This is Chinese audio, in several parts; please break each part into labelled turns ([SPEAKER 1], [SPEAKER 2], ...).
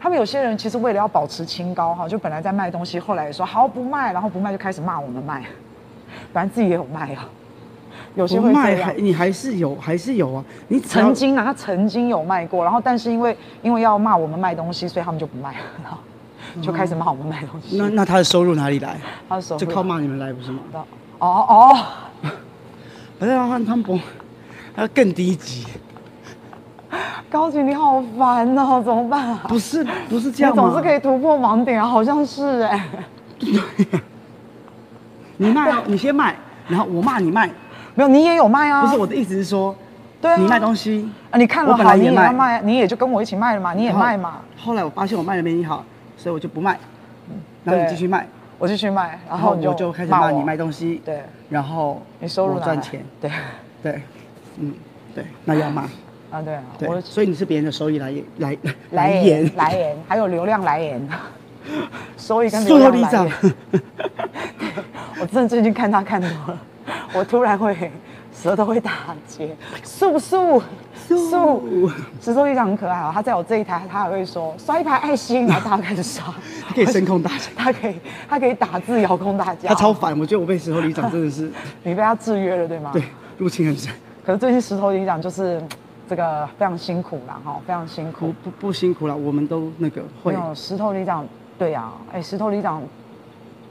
[SPEAKER 1] 他们有些人其实为了要保持清高哈，就本来在卖东西，后来也说好不卖，然后不卖就开始骂我们卖，反正自己也有卖啊。有些
[SPEAKER 2] 不
[SPEAKER 1] 会这
[SPEAKER 2] 卖
[SPEAKER 1] 样
[SPEAKER 2] 还。你还是有还是有啊，你只要
[SPEAKER 1] 曾经啊，他 曾经有卖过，然后但是因为因为要骂我们卖东西，所以他们就不卖了，然后就开始骂我们卖东西。
[SPEAKER 2] 那那他的收入哪里来？
[SPEAKER 1] 他的手
[SPEAKER 2] 就靠骂你们来不是吗？
[SPEAKER 1] 到哦哦，
[SPEAKER 2] 不是啊，他们不，他更低级，
[SPEAKER 1] 高级你好烦哦，怎么办啊？
[SPEAKER 2] 不是不是这
[SPEAKER 1] 你
[SPEAKER 2] 样吗？
[SPEAKER 1] 总是可以突破盲点啊，好像是哎、
[SPEAKER 2] 你卖哦，你先卖，然后我骂你卖，
[SPEAKER 1] 没有你也有卖啊？
[SPEAKER 2] 不是我的意思是说，
[SPEAKER 1] 对啊
[SPEAKER 2] 你卖东西，
[SPEAKER 1] 啊，你看了
[SPEAKER 2] 我本
[SPEAKER 1] 好，
[SPEAKER 2] 来
[SPEAKER 1] 你
[SPEAKER 2] 也
[SPEAKER 1] 也
[SPEAKER 2] 卖
[SPEAKER 1] 要卖，你也就跟我一起卖了嘛，你也
[SPEAKER 2] 然后
[SPEAKER 1] 卖嘛，。嗯
[SPEAKER 2] 后来我发现我卖的没你好，所以我就不卖，然后你
[SPEAKER 1] 对
[SPEAKER 2] 继续卖，
[SPEAKER 1] 我就去卖，然
[SPEAKER 2] 然
[SPEAKER 1] 后
[SPEAKER 2] 后
[SPEAKER 1] 你
[SPEAKER 2] 我就开始骂
[SPEAKER 1] 我
[SPEAKER 2] 你卖，东西，
[SPEAKER 1] 对，
[SPEAKER 2] 然后
[SPEAKER 1] 你收入
[SPEAKER 2] 我
[SPEAKER 1] 哪
[SPEAKER 2] 赚
[SPEAKER 1] 来
[SPEAKER 2] 钱，
[SPEAKER 1] 对
[SPEAKER 2] 对，嗯，对，那要骂，
[SPEAKER 1] 啊对啊，
[SPEAKER 2] 对，
[SPEAKER 1] 我
[SPEAKER 2] 所以你是别人的收益来源来
[SPEAKER 1] 来
[SPEAKER 2] 源
[SPEAKER 1] 源来源，还有流量来源， 收益跟流
[SPEAKER 2] 说
[SPEAKER 1] 量
[SPEAKER 2] 里
[SPEAKER 1] 来
[SPEAKER 2] 长
[SPEAKER 1] 源。， 我真的最近看他看多了，我突然会舌头会打结，素素素
[SPEAKER 2] 素，
[SPEAKER 1] 石头一长很可爱啊、他在我这一台，他还会说刷一排爱心，然后大家开始刷，
[SPEAKER 2] 他 可以声控大奖，
[SPEAKER 1] 他可以他可以打字遥控大家，
[SPEAKER 2] 他超烦，我觉得我被石头里长真 的是
[SPEAKER 1] 你被他制约了对吗？
[SPEAKER 2] 对入侵很深，
[SPEAKER 1] 可是最近石头里长就是这个非常辛苦啦，哈，非常辛
[SPEAKER 2] 不
[SPEAKER 1] 苦。
[SPEAKER 2] 不不辛苦了，我们都那个
[SPEAKER 1] 没
[SPEAKER 2] 嗯会，
[SPEAKER 1] 有石头里长，对呀、哎、石头里长，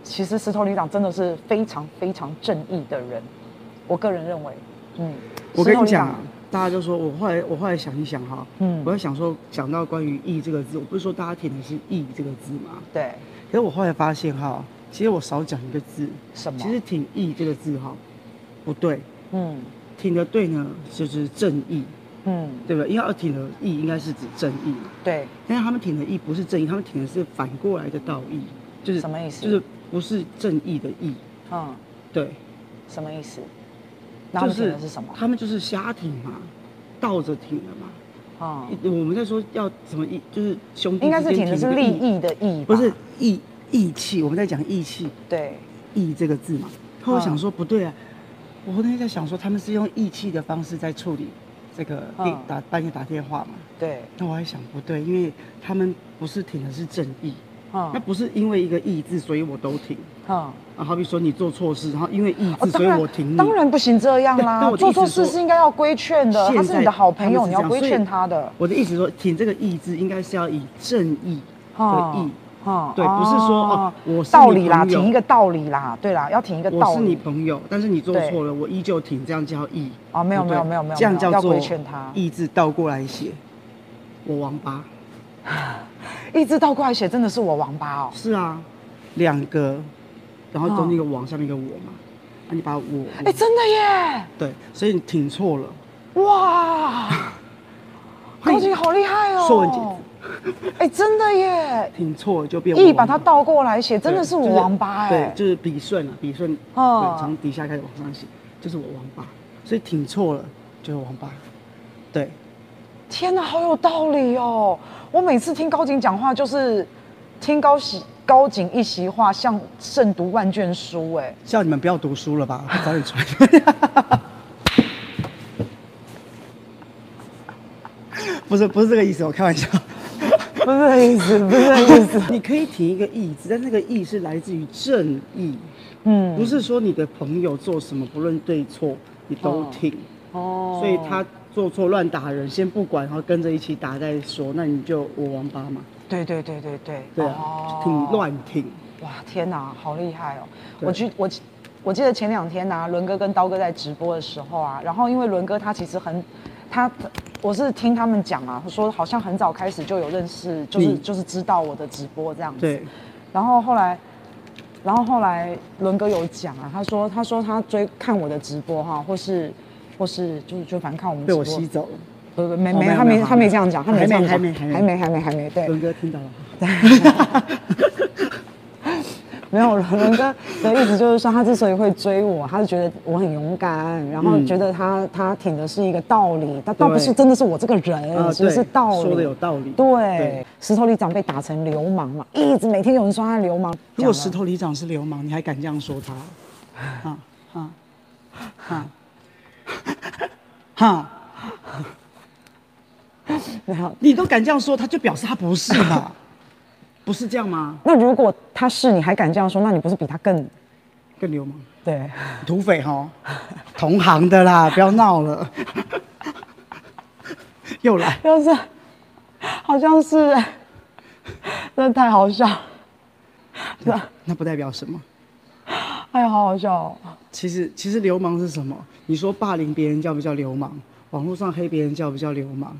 [SPEAKER 1] 其实石头里长真的是非常非常正义的人，我个人认为，嗯，
[SPEAKER 2] 我
[SPEAKER 1] 石
[SPEAKER 2] 跟
[SPEAKER 1] 头
[SPEAKER 2] 你
[SPEAKER 1] 里
[SPEAKER 2] 讲
[SPEAKER 1] 长
[SPEAKER 2] 啊，大家就说我后来我后来想一想哈，
[SPEAKER 1] 嗯
[SPEAKER 2] 嗯，我在想说想到关于“义”这个字，我不是说大家填的是“义”这个字嘛，
[SPEAKER 1] 对，
[SPEAKER 2] 可是我后来发现哈，其实我少讲一个字，
[SPEAKER 1] 什么
[SPEAKER 2] 其实“挺义”这个字哈不对，
[SPEAKER 1] 嗯
[SPEAKER 2] 挺的对呢就是正义，
[SPEAKER 1] 嗯，
[SPEAKER 2] 对不对？因为要挺的义应该是指正义嘛，
[SPEAKER 1] 对，
[SPEAKER 2] 但是他们挺的义不是正义，他们挺的是反过来的道义，就是
[SPEAKER 1] 什么意思
[SPEAKER 2] 就是不是正义的义，
[SPEAKER 1] 嗯，
[SPEAKER 2] 对，
[SPEAKER 1] 什么意思？那他们填的是什么？
[SPEAKER 2] 他们就是瞎挺嘛，倒着挺的嘛。
[SPEAKER 1] 嗯，
[SPEAKER 2] 我们在说要怎么义，就是兄弟
[SPEAKER 1] 应该
[SPEAKER 2] 之
[SPEAKER 1] 是
[SPEAKER 2] 间
[SPEAKER 1] 填的
[SPEAKER 2] 挺
[SPEAKER 1] 是
[SPEAKER 2] 那个
[SPEAKER 1] 利，益的义吧，
[SPEAKER 2] 不是义义气。我们在讲义气，
[SPEAKER 1] 对，
[SPEAKER 2] 义这个字嘛。后来
[SPEAKER 1] 嗯
[SPEAKER 2] 想说不对啊，我那天在想说他们是用义气的方式在处理这个电、
[SPEAKER 1] 嗯
[SPEAKER 2] 打半夜打电话嘛。
[SPEAKER 1] 对，
[SPEAKER 2] 那我还想不对，因为他们不是挺的是正义，那
[SPEAKER 1] 嗯
[SPEAKER 2] 不是因为一个义字，所以我都挺。
[SPEAKER 1] 嗯。
[SPEAKER 2] 啊，好比说你做错事，然后因为义
[SPEAKER 1] 哦当
[SPEAKER 2] 字，所以
[SPEAKER 1] 然
[SPEAKER 2] 我挺你。
[SPEAKER 1] 当然不行这样啦
[SPEAKER 2] 对但我，的
[SPEAKER 1] 做
[SPEAKER 2] 意思
[SPEAKER 1] 错
[SPEAKER 2] 是说
[SPEAKER 1] 事是应该要规劝的，他
[SPEAKER 2] 现
[SPEAKER 1] 是
[SPEAKER 2] 在
[SPEAKER 1] 你的好朋友，
[SPEAKER 2] 他们
[SPEAKER 1] 你
[SPEAKER 2] 是
[SPEAKER 1] 要
[SPEAKER 2] 这样
[SPEAKER 1] 规
[SPEAKER 2] 所以
[SPEAKER 1] 劝他的。
[SPEAKER 2] 我的意思说，挺这个义字应该是要以正义
[SPEAKER 1] 哦
[SPEAKER 2] 的义，
[SPEAKER 1] 嗯
[SPEAKER 2] 对不是说哦我是
[SPEAKER 1] 道
[SPEAKER 2] 你
[SPEAKER 1] 理啦，
[SPEAKER 2] 朋友
[SPEAKER 1] 挺一个道理啦，对啦，要挺一个
[SPEAKER 2] 我
[SPEAKER 1] 道
[SPEAKER 2] 是你
[SPEAKER 1] 理。
[SPEAKER 2] 朋友，但是你做错了，我依旧挺，这样叫义。
[SPEAKER 1] 哦没有
[SPEAKER 2] 对不对
[SPEAKER 1] 没有没有没有
[SPEAKER 2] 这样叫
[SPEAKER 1] 要
[SPEAKER 2] 做
[SPEAKER 1] 规劝他
[SPEAKER 2] 义字倒过来写，我王八。
[SPEAKER 1] 一直倒过来写，真的是我王八哦。
[SPEAKER 2] 是啊，两个，然后中间
[SPEAKER 1] 哦
[SPEAKER 2] 一个王，下面一个我嘛，那你把我，我
[SPEAKER 1] 哎，真的耶！
[SPEAKER 2] 对，所以你挺错了，
[SPEAKER 1] 哇，
[SPEAKER 2] 嘿
[SPEAKER 1] 高级好厉害哦。
[SPEAKER 2] 说文解
[SPEAKER 1] 哎，真的耶！
[SPEAKER 2] 挺错了就变我
[SPEAKER 1] 一
[SPEAKER 2] 王八。
[SPEAKER 1] 把它倒过来写，真的是我
[SPEAKER 2] 对
[SPEAKER 1] 王八哎
[SPEAKER 2] 对，。就是笔顺啊，笔顺，
[SPEAKER 1] 哦
[SPEAKER 2] 哦，从底下开始往上写，就是我王八，所以挺错了就是王八，对，
[SPEAKER 1] 天哪，好有道理哦！我每次听高景讲话，就是听高喜高景一席话，像胜读万卷书哎。
[SPEAKER 2] 叫你们不要读书了吧，早点出来。 不是不是这个意思，我开玩笑。
[SPEAKER 1] 不是这个意思，不是这个意思。
[SPEAKER 2] 你可以提一个义字，但那个义是来自于正义，
[SPEAKER 1] 嗯，
[SPEAKER 2] 不是说你的朋友做什么，不论对错，你都
[SPEAKER 1] 哦
[SPEAKER 2] 挺。
[SPEAKER 1] 哦
[SPEAKER 2] 所以他做错乱打人，先不管，然后跟着一起打再说，那你就我王八嘛。
[SPEAKER 1] 对对对对对，
[SPEAKER 2] 对啊，
[SPEAKER 1] 哦
[SPEAKER 2] 挺。乱挺。
[SPEAKER 1] 哇，天哪，好厉害哦！
[SPEAKER 2] 对
[SPEAKER 1] 我去，我我记得前两天呢、啊伦哥跟刀哥在直播的时候啊，然后因为伦哥他其实很，他我是听他们讲啊，说好像很早开始就有认识，就是
[SPEAKER 2] 你
[SPEAKER 1] 就是知道我的直播这样子。
[SPEAKER 2] 对，
[SPEAKER 1] 然后后来，然后后来伦哥有讲啊，他说他说他追看我的直播哈、或是或是就是就反正看我们直
[SPEAKER 2] 被
[SPEAKER 1] 播
[SPEAKER 2] 我吸走了。
[SPEAKER 1] 不不没
[SPEAKER 2] 哦
[SPEAKER 1] 没
[SPEAKER 2] 没有
[SPEAKER 1] 他
[SPEAKER 2] 没
[SPEAKER 1] 没
[SPEAKER 2] 有
[SPEAKER 1] 他没这样讲，他没
[SPEAKER 2] 还
[SPEAKER 1] 这
[SPEAKER 2] 没
[SPEAKER 1] 样讲，
[SPEAKER 2] 还没还没嗯
[SPEAKER 1] 还没还没还没对
[SPEAKER 2] 伦，哥听到了，
[SPEAKER 1] 没有伦哥的意思就是说他之所以会追我，他是觉得我很勇敢，然后
[SPEAKER 2] 嗯
[SPEAKER 1] 觉得他他挺的是一个道理，他倒不是
[SPEAKER 2] 对
[SPEAKER 1] 真的是我这个人，
[SPEAKER 2] 啊
[SPEAKER 1] 其实哎是
[SPEAKER 2] 对
[SPEAKER 1] 道理，
[SPEAKER 2] 说得有道理
[SPEAKER 1] 对
[SPEAKER 2] 对，
[SPEAKER 1] 石头里长被打成流氓嘛，一直每天有人说他流氓，
[SPEAKER 2] 如果
[SPEAKER 1] 讲了
[SPEAKER 2] 石头里长是流氓，你还敢这样说他？啊啊 啊！哈，
[SPEAKER 1] 没有。
[SPEAKER 2] 你都敢这样说，他就表示他不是 嘛，不是这样吗？
[SPEAKER 1] 那如果他是你还敢这样说，那你不是比他更
[SPEAKER 2] 更流氓，
[SPEAKER 1] 对？
[SPEAKER 2] 土匪哈，同行的啦，不要闹 了，又来，
[SPEAKER 1] 就是好像是， 真的太好笑，是吧？
[SPEAKER 2] 那不代表什么。
[SPEAKER 1] 哎呀，好好笑、哦。
[SPEAKER 2] 其实，其实流氓是什么？你说霸凌别人叫不叫流氓？网络上黑别人叫不叫流氓？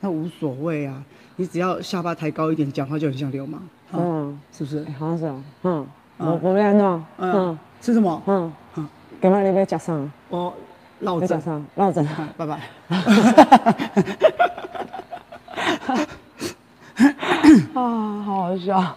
[SPEAKER 2] 那无所谓啊，你只要下巴抬高一点，讲话就很像流氓，
[SPEAKER 1] 嗯，
[SPEAKER 2] 是不是
[SPEAKER 1] 哎？好像是哦，嗯，我我变安怎？
[SPEAKER 2] 嗯
[SPEAKER 1] 嗯，
[SPEAKER 2] 是什么？
[SPEAKER 1] 嗯
[SPEAKER 2] 嗯
[SPEAKER 1] 嗯，今晚你要食啥？
[SPEAKER 2] 我老
[SPEAKER 1] 要
[SPEAKER 2] 郑
[SPEAKER 1] 食，啥？落枕。
[SPEAKER 2] 啊拜拜。
[SPEAKER 1] 啊，好好笑。